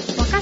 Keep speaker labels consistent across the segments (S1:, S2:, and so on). S1: 阪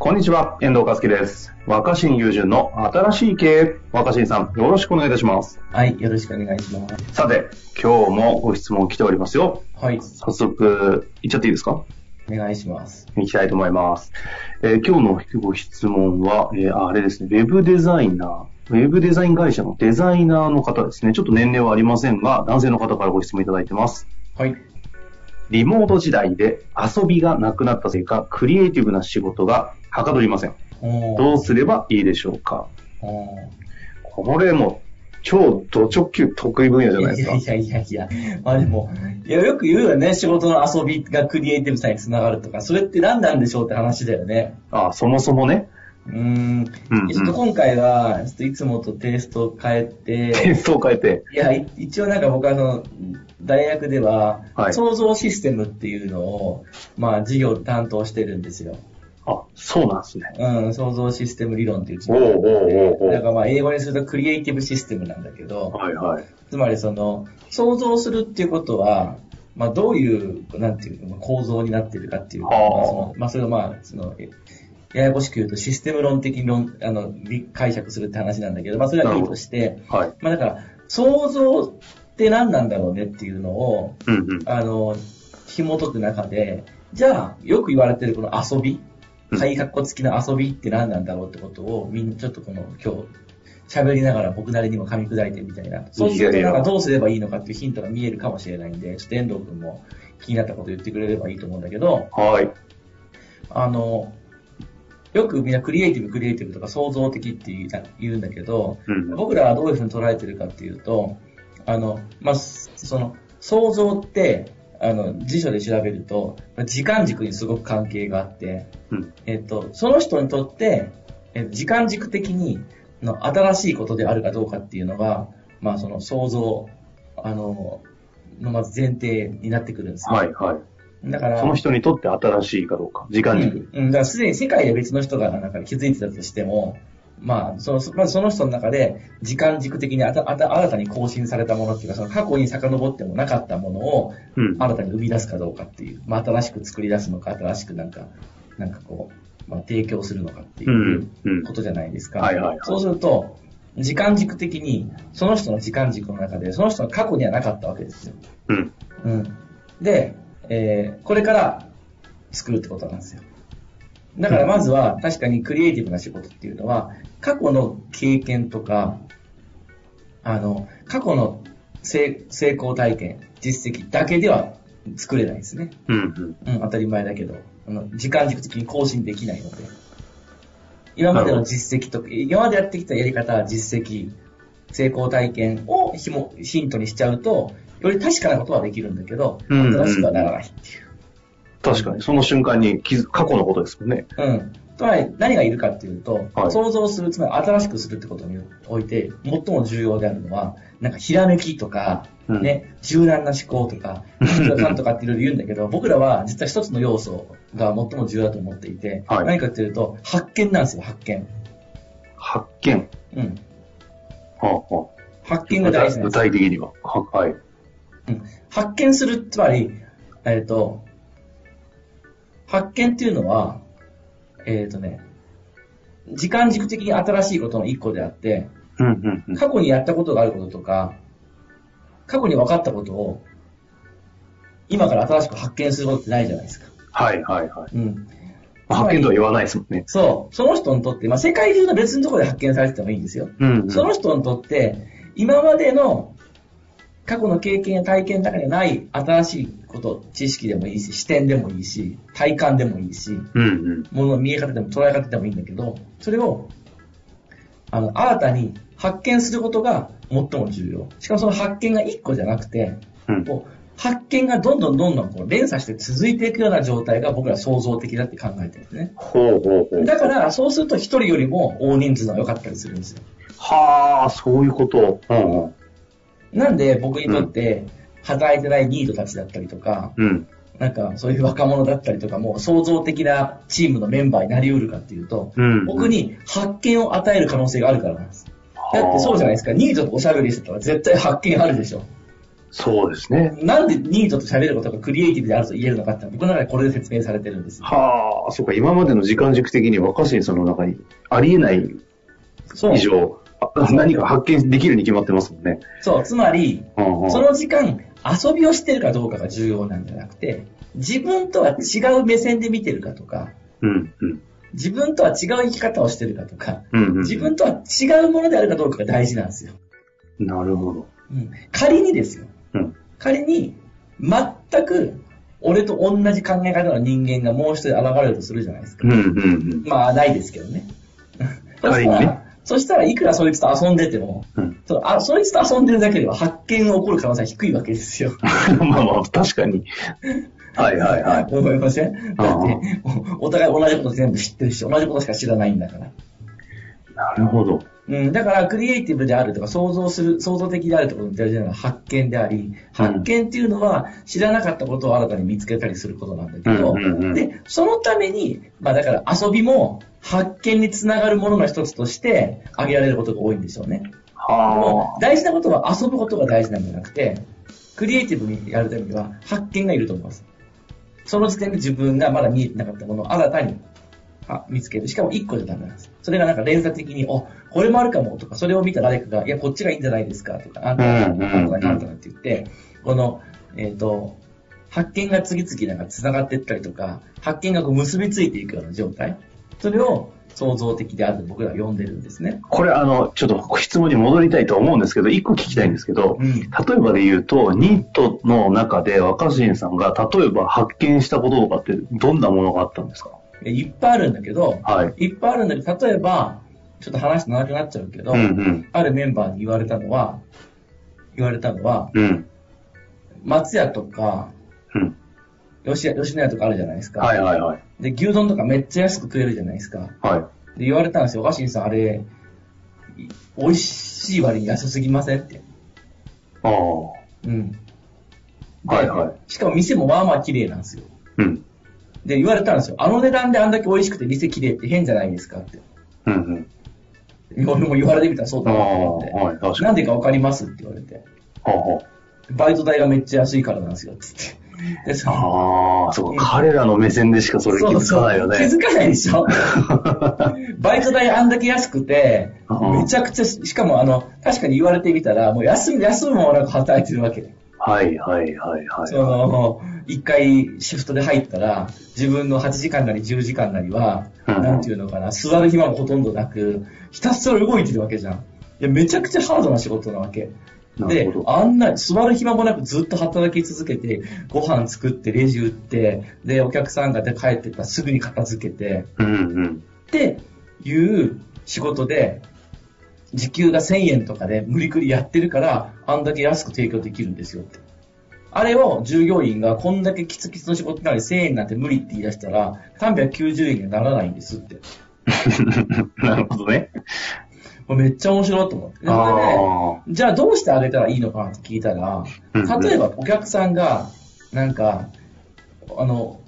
S2: こんにちは、遠藤和樹です。若新友人の新しい経営、若新さん、よろしくお願いいたします。
S3: はい、よろしくお願いします。
S2: さて、今日もご質問来ておりますよ。
S3: はい、
S2: 早速、いっちゃっていいですか
S3: お願いします。
S2: いきたいと思います。えー今日のご質問は、えーあれですね、ウェブデザイナー、ウェブデザイン会社のデザイナーの方ですね。ちょっと年齢はありませんが、男性の方からご質問いただいてます。
S3: はい、
S2: リモート時代で遊びがなくなったせいか、クリエイティブな仕事がはかどりません。
S3: お
S2: どうすればいいでしょうか
S3: お
S2: これもう、超ド直球得意分野じゃない
S3: い
S2: です
S3: や
S2: か
S3: い。やいやいや、まあでも、いやよく言うよね、仕事の遊びがクリエイティブさにつながるとか、それって何なんでしょうって話だよね。
S2: あそもそもね。
S3: うーん、
S2: うんうん
S3: ちょっと今回は、ちょっといつもとテイストを変え
S2: テ イ
S3: て、
S2: ストを変えて。
S3: いや、い一応なんか僕はその、大学では、
S2: はい
S3: 創造システムっていうのを、まあ授業で担当してるんですよ。
S2: あ、そうなんですね。
S3: うん、創造システム理論っていう授
S2: おう
S3: 業
S2: おうおうお
S3: なん
S2: う。
S3: かまあ英語にするとクリエイティブシステムなんだけど、
S2: はいはい。
S3: つまりその、想像するっていうことは、まあどういう、なんていうの、構造になってるかっていうか、
S2: あー
S3: まあその、まあそれをまあ、その、えややこしく言うとシステム論的に論、あの、理解釈するって話なんだけど、まあそれはいいとして、
S2: はい。
S3: まあだから、想像って何なんだろうねっていうのを、
S2: うんうん。
S3: あの、紐解く中で、じゃあ、よく言われてるこの遊び、
S2: うん
S3: 鍵括弧付きの遊びって何なんだろうってことを、みんなちょっとこの今日、喋りながら僕なりにも噛み砕いてみたいな。そうすると、なんかどうすればいいのかっていうヒントが見えるかもしれないんで、ちょっと遠藤君も気になったこと言ってくれればいいと思うんだけど、
S2: はい。
S3: あの、よくみんなクリエイティブ、クリエイティブとか創造的って言う言うんだけど、
S2: うんうん。
S3: 僕らはどういうふうに捉えてるかっていうと、あの、まあ、そその、想像って、あの、辞書で調べると、時間軸にすごく関係があって、
S2: うん
S3: えっと、その人にとって、えっと時間軸的に、あの新しいことであるかどうかっていうのが、まあ、その想像、あの、のまず前提になってくるんですよ。
S2: はいはい。
S3: だから、
S2: その人にとって新しいかどうか。時間軸。
S3: うん、うん、だからすでに世界で別の人がなんか気づいてたとしても、まあ、その、まずその人の中で、時間軸的にあたあた新たに更新されたものっていうか、その過去に遡ってもなかったものを
S2: うん。。
S3: 新たに生み出すかどうかっていう、まあ、新しく作り出すのか、新しくなんか、なんかこう、まあ、提供するのかっていううん
S2: うん
S3: こ。とじゃないですか。
S2: はいはいはい
S3: そうすると、時間軸的に、その人の時間軸の中で、その人の過去にはなかったわけですよ。
S2: うん。
S3: うん。で、えーこれから作るってことなんですよ。だからまずは、確かにクリエイティブな仕事っていうのは、過去の経験とか、あの、過去の成成功体験、実績だけでは作れないですね。
S2: うんうん。
S3: うん、当たり前だけど、あの時間軸的に更新できないので、今までの実績とか、今までやってきたやり方、実績、成功体験をひもヒントにしちゃうと、より確かなことはできるんだけど、
S2: うんうん
S3: 新しくはならないっていう。
S2: 確かに、その瞬間に気づ過去のことですもんね。
S3: うん。つまり何がいるかっていうと、
S2: はい
S3: 想像する、つまり新しくするってことにおいて、最も重要であるのは、なんかひらめきとか、
S2: うん
S3: ね、柔軟な思考とか、なんとかかんとかっていろいろ言うんだけど、 僕らは実は一つの要素が最も重要だと思っていて、
S2: はい
S3: 何かっていうと、発見なんですよ、発見。
S2: 発見。
S3: うん。
S2: はあは
S3: 発
S2: あ
S3: 見が大
S2: 具
S3: 事なんですよ。
S2: 体的には。ははい。
S3: うん発見する、つまり、えっ、と、発見っていうのは、えっ、とね、時間軸的に新しいことの一個であって、
S2: うんうんうん。
S3: 過去にやったことがあることとか、過去に分かったことを、今から新しく発見することってないじゃないですか。
S2: はいはいはい。
S3: うん。
S2: まあ発見とは言わないですもんね。
S3: そう。その人にとって、まあ、世界中の別のところで発見されててもいいんですよ。
S2: うんうん。
S3: その人にとって、今までの過去の経験や体験の中にはない新しいこと、知識でもいいし、視点でもいいし、体感でもいいし、
S2: うんうん。
S3: ものの見え方でも捉え方でもいいんだけど、それを、あの、新たに発見することが最も重要。しかもその発見が1個じゃなくて、
S2: うん。
S3: こう、発見がどんどんどんどんこう連鎖して続いていくような状態が僕ら創造的だって考えてるんですね。
S2: ほうほうほう。
S3: だから、そうすると一人よりも大人数の方が良かったりするんですよ。
S2: はあ、そういうこと。うんうん。
S3: なんで、僕にとって、働いてないニートたちだったりとか、
S2: うん。
S3: なんかそういう若者だったりとかも創造的なチームのメンバーになりうるかっていうと、
S2: うん
S3: 僕に発見を与える可能性があるからなんです。だってそうじゃないですか、ニートとおしゃべりしてたら絶対発見あるでしょ。
S2: そうですね。
S3: なんでニートと喋ることがクリエイティブであると言えるのかって僕の中でこれで説明されてるんです。
S2: はあ、そうか、今までの時間軸的に若新さんの中にありえない
S3: そう
S2: 以。上、あ何か発見できるに決まってますもんね。
S3: そう。つまり、
S2: うんうん
S3: その時間、遊びをしてるかどうかが重要なんじゃなくて、自分とは違う目線で見てるかとか、
S2: うんうん
S3: 自分とは違う生き方をしてるかとか、
S2: うんうん
S3: 自分とは違うものであるかどうかが大事なんですよ。
S2: なるほど。
S3: うん、仮にですよ。
S2: うん。
S3: 仮に、全く、俺と同じ考え方の人間がもう一人現れるとするじゃないですか。
S2: うんうんうん。
S3: まあ、ないですけどね。 そ
S2: 仮
S3: した
S2: に
S3: ら、
S2: ね
S3: そしたらいくらそいつと遊んでても、
S2: うん
S3: そのあそいつと遊んでるだけでは発見が起こる可能性は低いわけですよ。
S2: まあまあ、確か に。はいはいはい。
S3: 思いませんだって、おお互い同じこと全部知ってるし、同じことしか知らないんだから。
S2: なるほど。
S3: うん、だから、クリエイティブであるとか、想像する、想像的であるってことに大事なのは発見であり、発見っていうのは、知らなかったことを新たに見つけたりすることなんだけど、
S2: うんうんうん
S3: で、そのために、まあだから遊びも、発見につながるものの一つとして、挙げられることが多いんでしょうね。でも
S2: は
S3: 大事なことは遊ぶことが大事なんじゃなくて、クリエイティブにやるためには発見がいると思います。その時点で自分がまだ見えてなかったものを新たにあ見つける。しかも1個じゃダメなんです。それがなんか連鎖的に、お、これもあるかもとか、それを見た誰かが、いや、こっちがいいんじゃないですかとか、あんたが、あ
S2: うんんうん
S3: た
S2: うん
S3: が、あんたがあんたがって言って、この、えっ、と、発見が次々なんか繋がっていったりとか、発見がこう結びついていくような状態。それを創造的であると僕らは呼んでるんですね。
S2: あ。これあの、ちょっと質問に戻りたいと思うんですけど、一個聞きたいんですけど、
S3: う
S2: 例
S3: ん。
S2: えばで言うと、ニットの中で若新さんが例えば発見したこととかってどんなものがあったんですか
S3: えいっぱいあるんだけど、
S2: はい。
S3: いっぱいあるんだけど、例えば、ちょっと話長くなっちゃうけど、
S2: うんうん。
S3: あるメンバーに言われたのは、言われたのは、
S2: うん。
S3: 松屋とか、
S2: うん。
S3: 吉屋吉野家とかあるじゃないですか。
S2: はいはいはい。
S3: で、牛丼とかめっちゃ安く食えるじゃないですか。
S2: は
S3: で、言われたんですよ。若新さん、あれ、い美味しい割に安すぎませんって。
S2: い。ああ。
S3: うん。で
S2: はいはい。
S3: しかも店もまあまあ綺麗なんですよ。
S2: うん。
S3: で、言われたんですよ。あの値段であんだけ美味しくて店綺麗って変じゃないですかって。
S2: うんうん。
S3: 俺も言われてみたらそう
S2: あ
S3: だなと
S2: あ、
S3: 思って。
S2: はい、確か
S3: な
S2: に。
S3: んでかわかりますって言われて。
S2: はあはあ
S3: バイト代がめっちゃ安いからなんですよ、つって。で、そ
S2: ああ、そううんか、彼らの目線でしかそれ気づかないよね。
S3: そ うそう気づかないでしょバイト代あんだけ安くて、
S2: うん
S3: めちゃくちゃ、しかもあの、確かに言われてみたら、もう休み、休むもなく働いてるわけ。
S2: はいはいはいはい。
S3: その、一回シフトで入ったら、自分の8時間なり10時間なりは、
S2: うん
S3: なんていうのかな、座る暇もほとんどなく、ひたすら動いてるわけじゃん。いや、めちゃくちゃハードな仕事なわけ。
S2: な
S3: で
S2: るほ、ど。
S3: あんな、座る暇もなくずっと働き続けて、ご飯作って、レジ打って、で、お客さんがで帰ってったらすぐに片付けて、
S2: うんうん。
S3: っていう仕事で、時給が1000円とかで無理くりやってるから、あんだけ安く提供できるんですよって。あれを従業員がこんだけキツキツの仕事なのに1000円なんて無理って言い出したら、390円にはならないんですって。
S2: なるほどね。
S3: もうめっちゃ面白いと思って。でそれで
S2: あ
S3: じゃあどうしてあげたらいいのかなって聞いたら
S2: うんう、ん
S3: 例えばお客さんが、なんか、あの、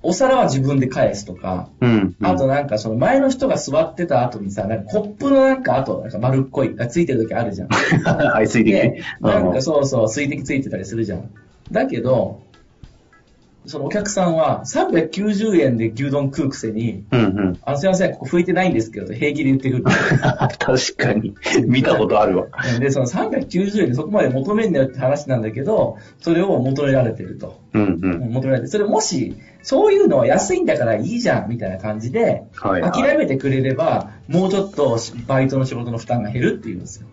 S3: お皿は自分で返すとか、
S2: あ。うん。
S3: あとなんかその前の人が座ってた後にさ、なんかコップのなんか後、なんか丸っこいがついてる時あるじゃん。
S2: はい、水滴
S3: で
S2: ね。、
S3: なん
S2: う
S3: かそうそう、水滴ついてたりするじゃん。だけど、そのお客さんは390円で牛丼食うくせに、
S2: うんうん。
S3: あ、すいません、ここ拭いてないんですけど、平気で言っ てくる。
S2: 確かに。見たことあるわ。
S3: で、その390円でそこまで求めんだよって話なんだけど、それを求められてると。
S2: うんう
S3: うん
S2: ん。
S3: 求められて、それもし、そういうのは安いんだからいいじゃん、みたいな感じで、
S2: はいはい
S3: 諦めてくれれば、もうちょっとしバイトの仕事の負担が減るっていうんですよ。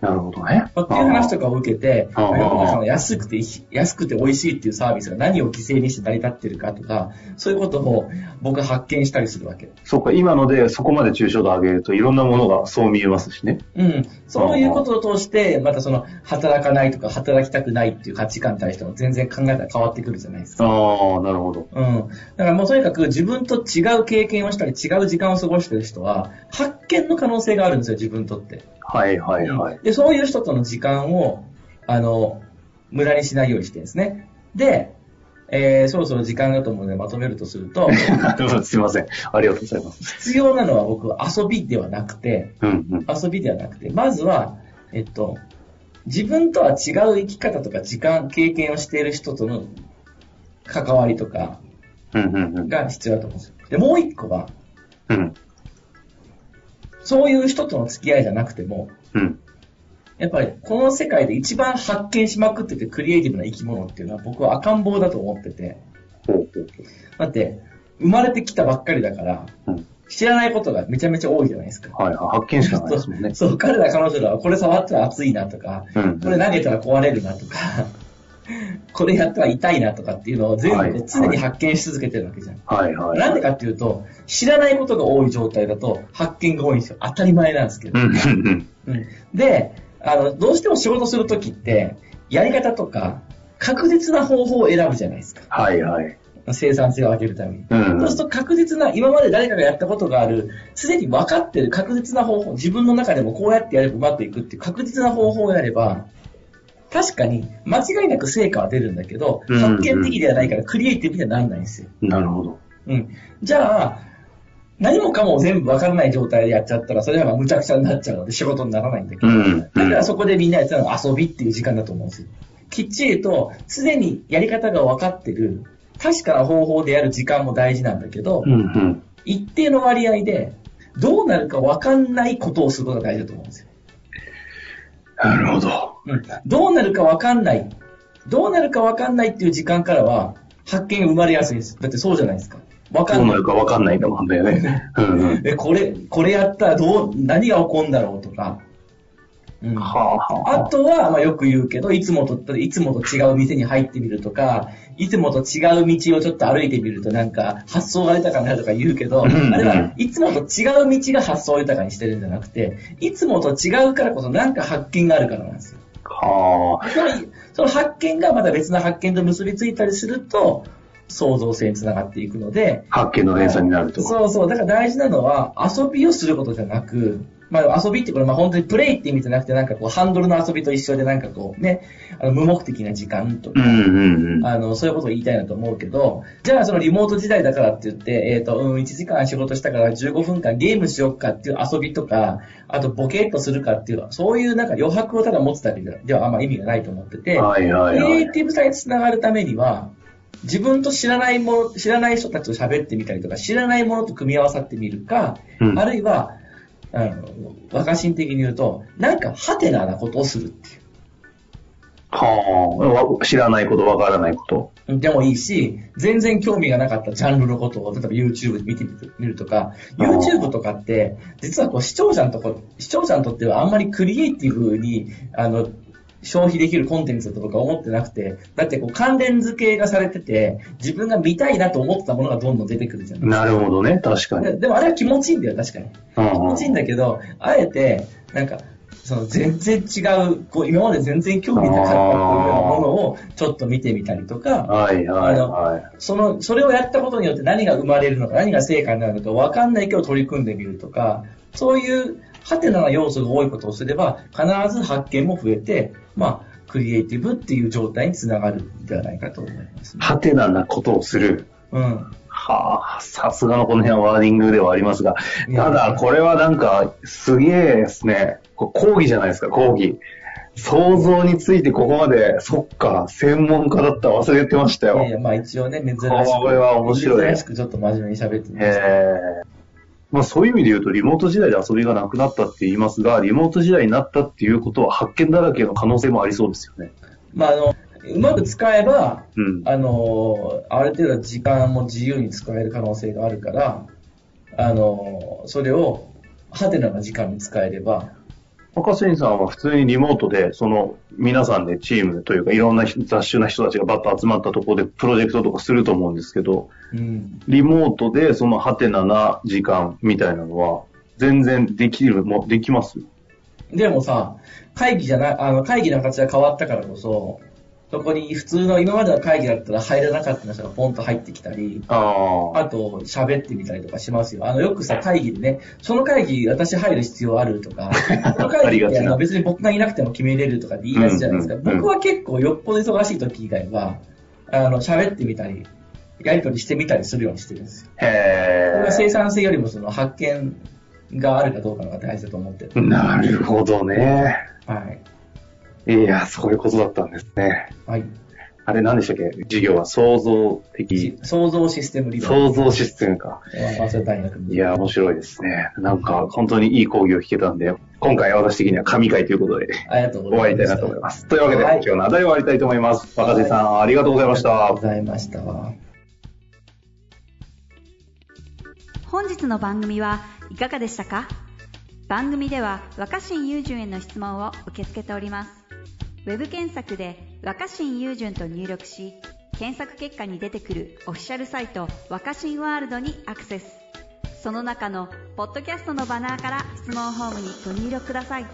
S2: なるほどね。
S3: まあっていう話とかを受けて、
S2: あー
S3: まあ世の中
S2: あー
S3: の安くていし、安くて美味しいっていうサービスが何を犠牲にして成り立ってるかとか、そういうことを僕は発見したりするわけ。
S2: そうか、今のでそこまで抽象度上げるといろんなものがそう見えますしね。
S3: うん。そういうことを通して、またその、働かないとか働きたくないっていう価値観に対しても全然考え方が変わってくるじゃないですか。
S2: ああ、なるほど。
S3: うん。だからもうとにかく自分と違う経験をしたり違う時間を過ごしてる人は、発見の可能性があるんですよ、自分にとって。
S2: はいはいはい。
S3: で、そういう人との時間を、あの、無駄にしないようにしてるんですね。で、えー、そろそろ時間だと思うのでまとめるとする と、
S2: なるほどすいません。ありがとうございます。
S3: 必要なのは僕は遊びではなくて、
S2: うんうん。
S3: 遊びではなくて、まずは、えっと、自分とは違う生き方とか時間、経験をしている人との関わりとか
S2: うんうんうん。
S3: が必要だと思うんですよ。で、もう一個は、
S2: うん。
S3: そういう人との付き合いじゃなくても、
S2: うん。
S3: やっぱりこの世界で一番発見しまくっててクリエイティブな生き物っていうのは僕は赤ん坊だと思ってて、
S2: ほうほう
S3: だって生まれてきたばっかりだから、
S2: ほう。うん。
S3: 知らないことがめちゃめちゃ多いじゃないですか。
S2: はいはい。発見しかないですもんね。
S3: そう、彼ら彼女らはこれ触ったら熱いなとか、
S2: うん
S3: これ投げたら壊れるなとか、 これやったら痛いなとかっていうのを全
S2: は
S3: 部
S2: い
S3: こう常に発見し続けてるわけじゃん。
S2: はいはい。
S3: なんでかっていうと、知らないことが多い状態だと発見が多いんですよ。当たり前なんですけど
S2: う。んうんうん。
S3: うんであの、どうしても仕事するときって、やり方とか、確実な方法を選ぶじゃないですか。
S2: はいはい。
S3: 生産性を上げるために。
S2: うん
S3: そうすると確実な、今まで誰かがやったことがある、すでに分かってる確実な方法、自分の中でもこうやってやればうまくいくっていう確実な方法をやれば、確かに間違いなく成果は出るんだけど、
S2: うん
S3: 発見的ではないからクリエイティブにはならないんですよ。
S2: なるほど。
S3: うん。じゃあ、何もかも全部分からない状態でやっちゃったら、それはまあむちゃくちゃになっちゃうので仕事にならないんだけど、
S2: うんうん
S3: だからそこでみんなやってたのは遊びっていう時間だと思うんですよ。きっちりと、すでにやり方が分かってる、確かな方法でやる時間も大事なんだけど、
S2: うんうん。
S3: 一定の割合で、どうなるか分かんないことをすることが大事だと思うんですよ。
S2: なるほど。
S3: うん、どうなるか分かんない。どうなるか分かんないっていう時間からは、発見が生まれやすいです。だってそうじゃないですか。分か
S2: ど
S3: ん
S2: う
S3: な
S2: ないる。かわかんないんだもんだよね。うんうん。
S3: え、これ、これやったらどう、何が起こるんだろうとか。うん。
S2: はあはあ
S3: あ
S2: は
S3: とは、まあよく言うけど、いつもと、いつもと違う店に入ってみるとか、いつもと違う道をちょっと歩いてみるとなんか発想が豊かになるとか言うけど、あ
S2: うんうん
S3: れはいつもと違う道が発想を豊かにしてるんじゃなくて、いつもと違うからこそなんか発見があるからなんですよ。
S2: あ。はあ。
S3: そのその発見がまた別の発見と結びついたりすると、創造性につながっていくので、
S2: 発見の連鎖になると。
S3: そうそう。だから大事なのは、遊びをすることじゃなく、まあ遊びってこれ、まあ本当にプレイって意味じゃなくて、なんかこう、ハンドルの遊びと一緒で、なんかこうね、あの無目的な時間とか、
S2: うんうんうん。
S3: あの、そういうことを言いたいなと思うけど、じゃあそのリモート時代だからって言って、えっ、と、うん、1時間仕事したから15分間ゲームしよっかっていう遊びとか、あとボケっとするかっていう、そういうなんか余白をただ持つだけではあんま意味がないと思ってて、
S2: はいはい
S3: ク
S2: は
S3: リエ
S2: い
S3: イ。ティブさにつながるためには、自分と知らないもの、知らない人たちと喋ってみたりとか、知らないものと組み合わさってみるか、
S2: うん
S3: あるいは、あの、若新的に言うと、なんかハテナなことをするっていう
S2: はあ。知らないこと、わからないこと。。
S3: でもいいし、全然興味がなかったジャンルのことを、例えば YouTube で見てみる見るとか、
S2: あー
S3: YouTube とかって、実はこう視聴者のとこ、視聴者にとってはあんまりクリエイティブに、あの、消費できるコンテンツだと僕は思ってなくて、だってこう関連付けがされてて、自分が見たいなと思ってたものがどんどん出てくるじゃない
S2: なるほどね。確かに。
S3: ででもあれは気持ちいいんだよ、確かに。
S2: うん
S3: 気持ちいいんだけど、あえて、なんか、その全然違う、こう今まで全然興味なかったようなものをちょっと見てみたりとか、
S2: はいはいはい。
S3: その、それをやったことによって何が生まれるのか、何が成果になるのか分かんないけど取り組んでみるとか、そういうハテナな要素が多いことをすれば、必ず発見も増えて、まあ、クリエイティブっていう状態につながるんではないかと思います、ね。
S2: ハテナなことをする。
S3: うん。
S2: はあ、さすがのこの辺はワーディングではありますが、
S3: いや
S2: ただこれはなんかすげえですね、こう講義じゃないですか、講義。想像についてここまで、そっか、専門家だった忘れてました
S3: いやい
S2: よ。
S3: や、まあ一応ね、珍しく。
S2: これは面白い
S3: 珍しくちょっと真面目に喋ってみました。
S2: えーまあそういう意味で言うと、リモート時代で遊びがなくなったって言いますが、リモート時代になったっていうことは発見だらけの可能性もありそうですよね。
S3: まああの、うまく使えば、
S2: うん。
S3: あの、ある程度時間も自由に使える可能性があるから、あの、それを、ハテナな時間に使えれば、
S2: 若新さんは普通にリモートで、その皆さんでチームというかいろんな人雑種な人たちがバッと集まったところでプロジェクトとかすると思うんですけど、
S3: うん。
S2: リモートでそのハテナな時間みたいなのは全然できるも、できます
S3: でもさ、会議じゃない、あの、会議の形が変わったからこそ、そこに普通の今までの会議だったら入らなかった人がポンと入ってきたり、
S2: ああ。
S3: あと、喋ってみたりとかしますよ。あの、よくさ、会議でね、その会議私入る必要あると か、その
S2: あり
S3: 会議
S2: が
S3: っ
S2: ち
S3: て
S2: な
S3: あの別に僕がいなくても決めれるとかって言いがちじゃないですか。
S2: うんうんうん
S3: 僕は結構よっぽど忙しい時以外は、あの、喋ってみたり、やりとりしてみたりするようにしてるんですよ。これ
S2: へ
S3: は生
S2: え。
S3: 産性よりもその発見があるかどうかの方が大事だと思ってる。
S2: なるほどね。
S3: はい。
S2: いや、そういうことだったんですね。
S3: はい。
S2: あれ何でしたっけ授業は創造的、
S3: 創造システム理論。
S2: 創造システムか。
S3: 早稲田大学の
S2: いや、面白いですね。なんか、本当にいい講義を聞けたんで、今回私的には神回ということで、
S3: ありがとうご
S2: 終わ
S3: ざい
S2: りた
S3: ま
S2: いな
S3: した。
S2: と思います。というわけで、
S3: はい
S2: 今日のあたり終わりたいと思います。若手さん、ありがとうございまし
S3: ありがと
S2: た
S3: うご。ざいました。
S1: 本日の番組はいかがでしたか番組では若新雄純への質問を受け付けておりますウェブ検索で「若新雄純」と入力し検索結果に出てくるオフィシャルサイト「若新ワールド」にアクセスその中の「ポッドキャスト」のバナーから質問ホームにご入力ください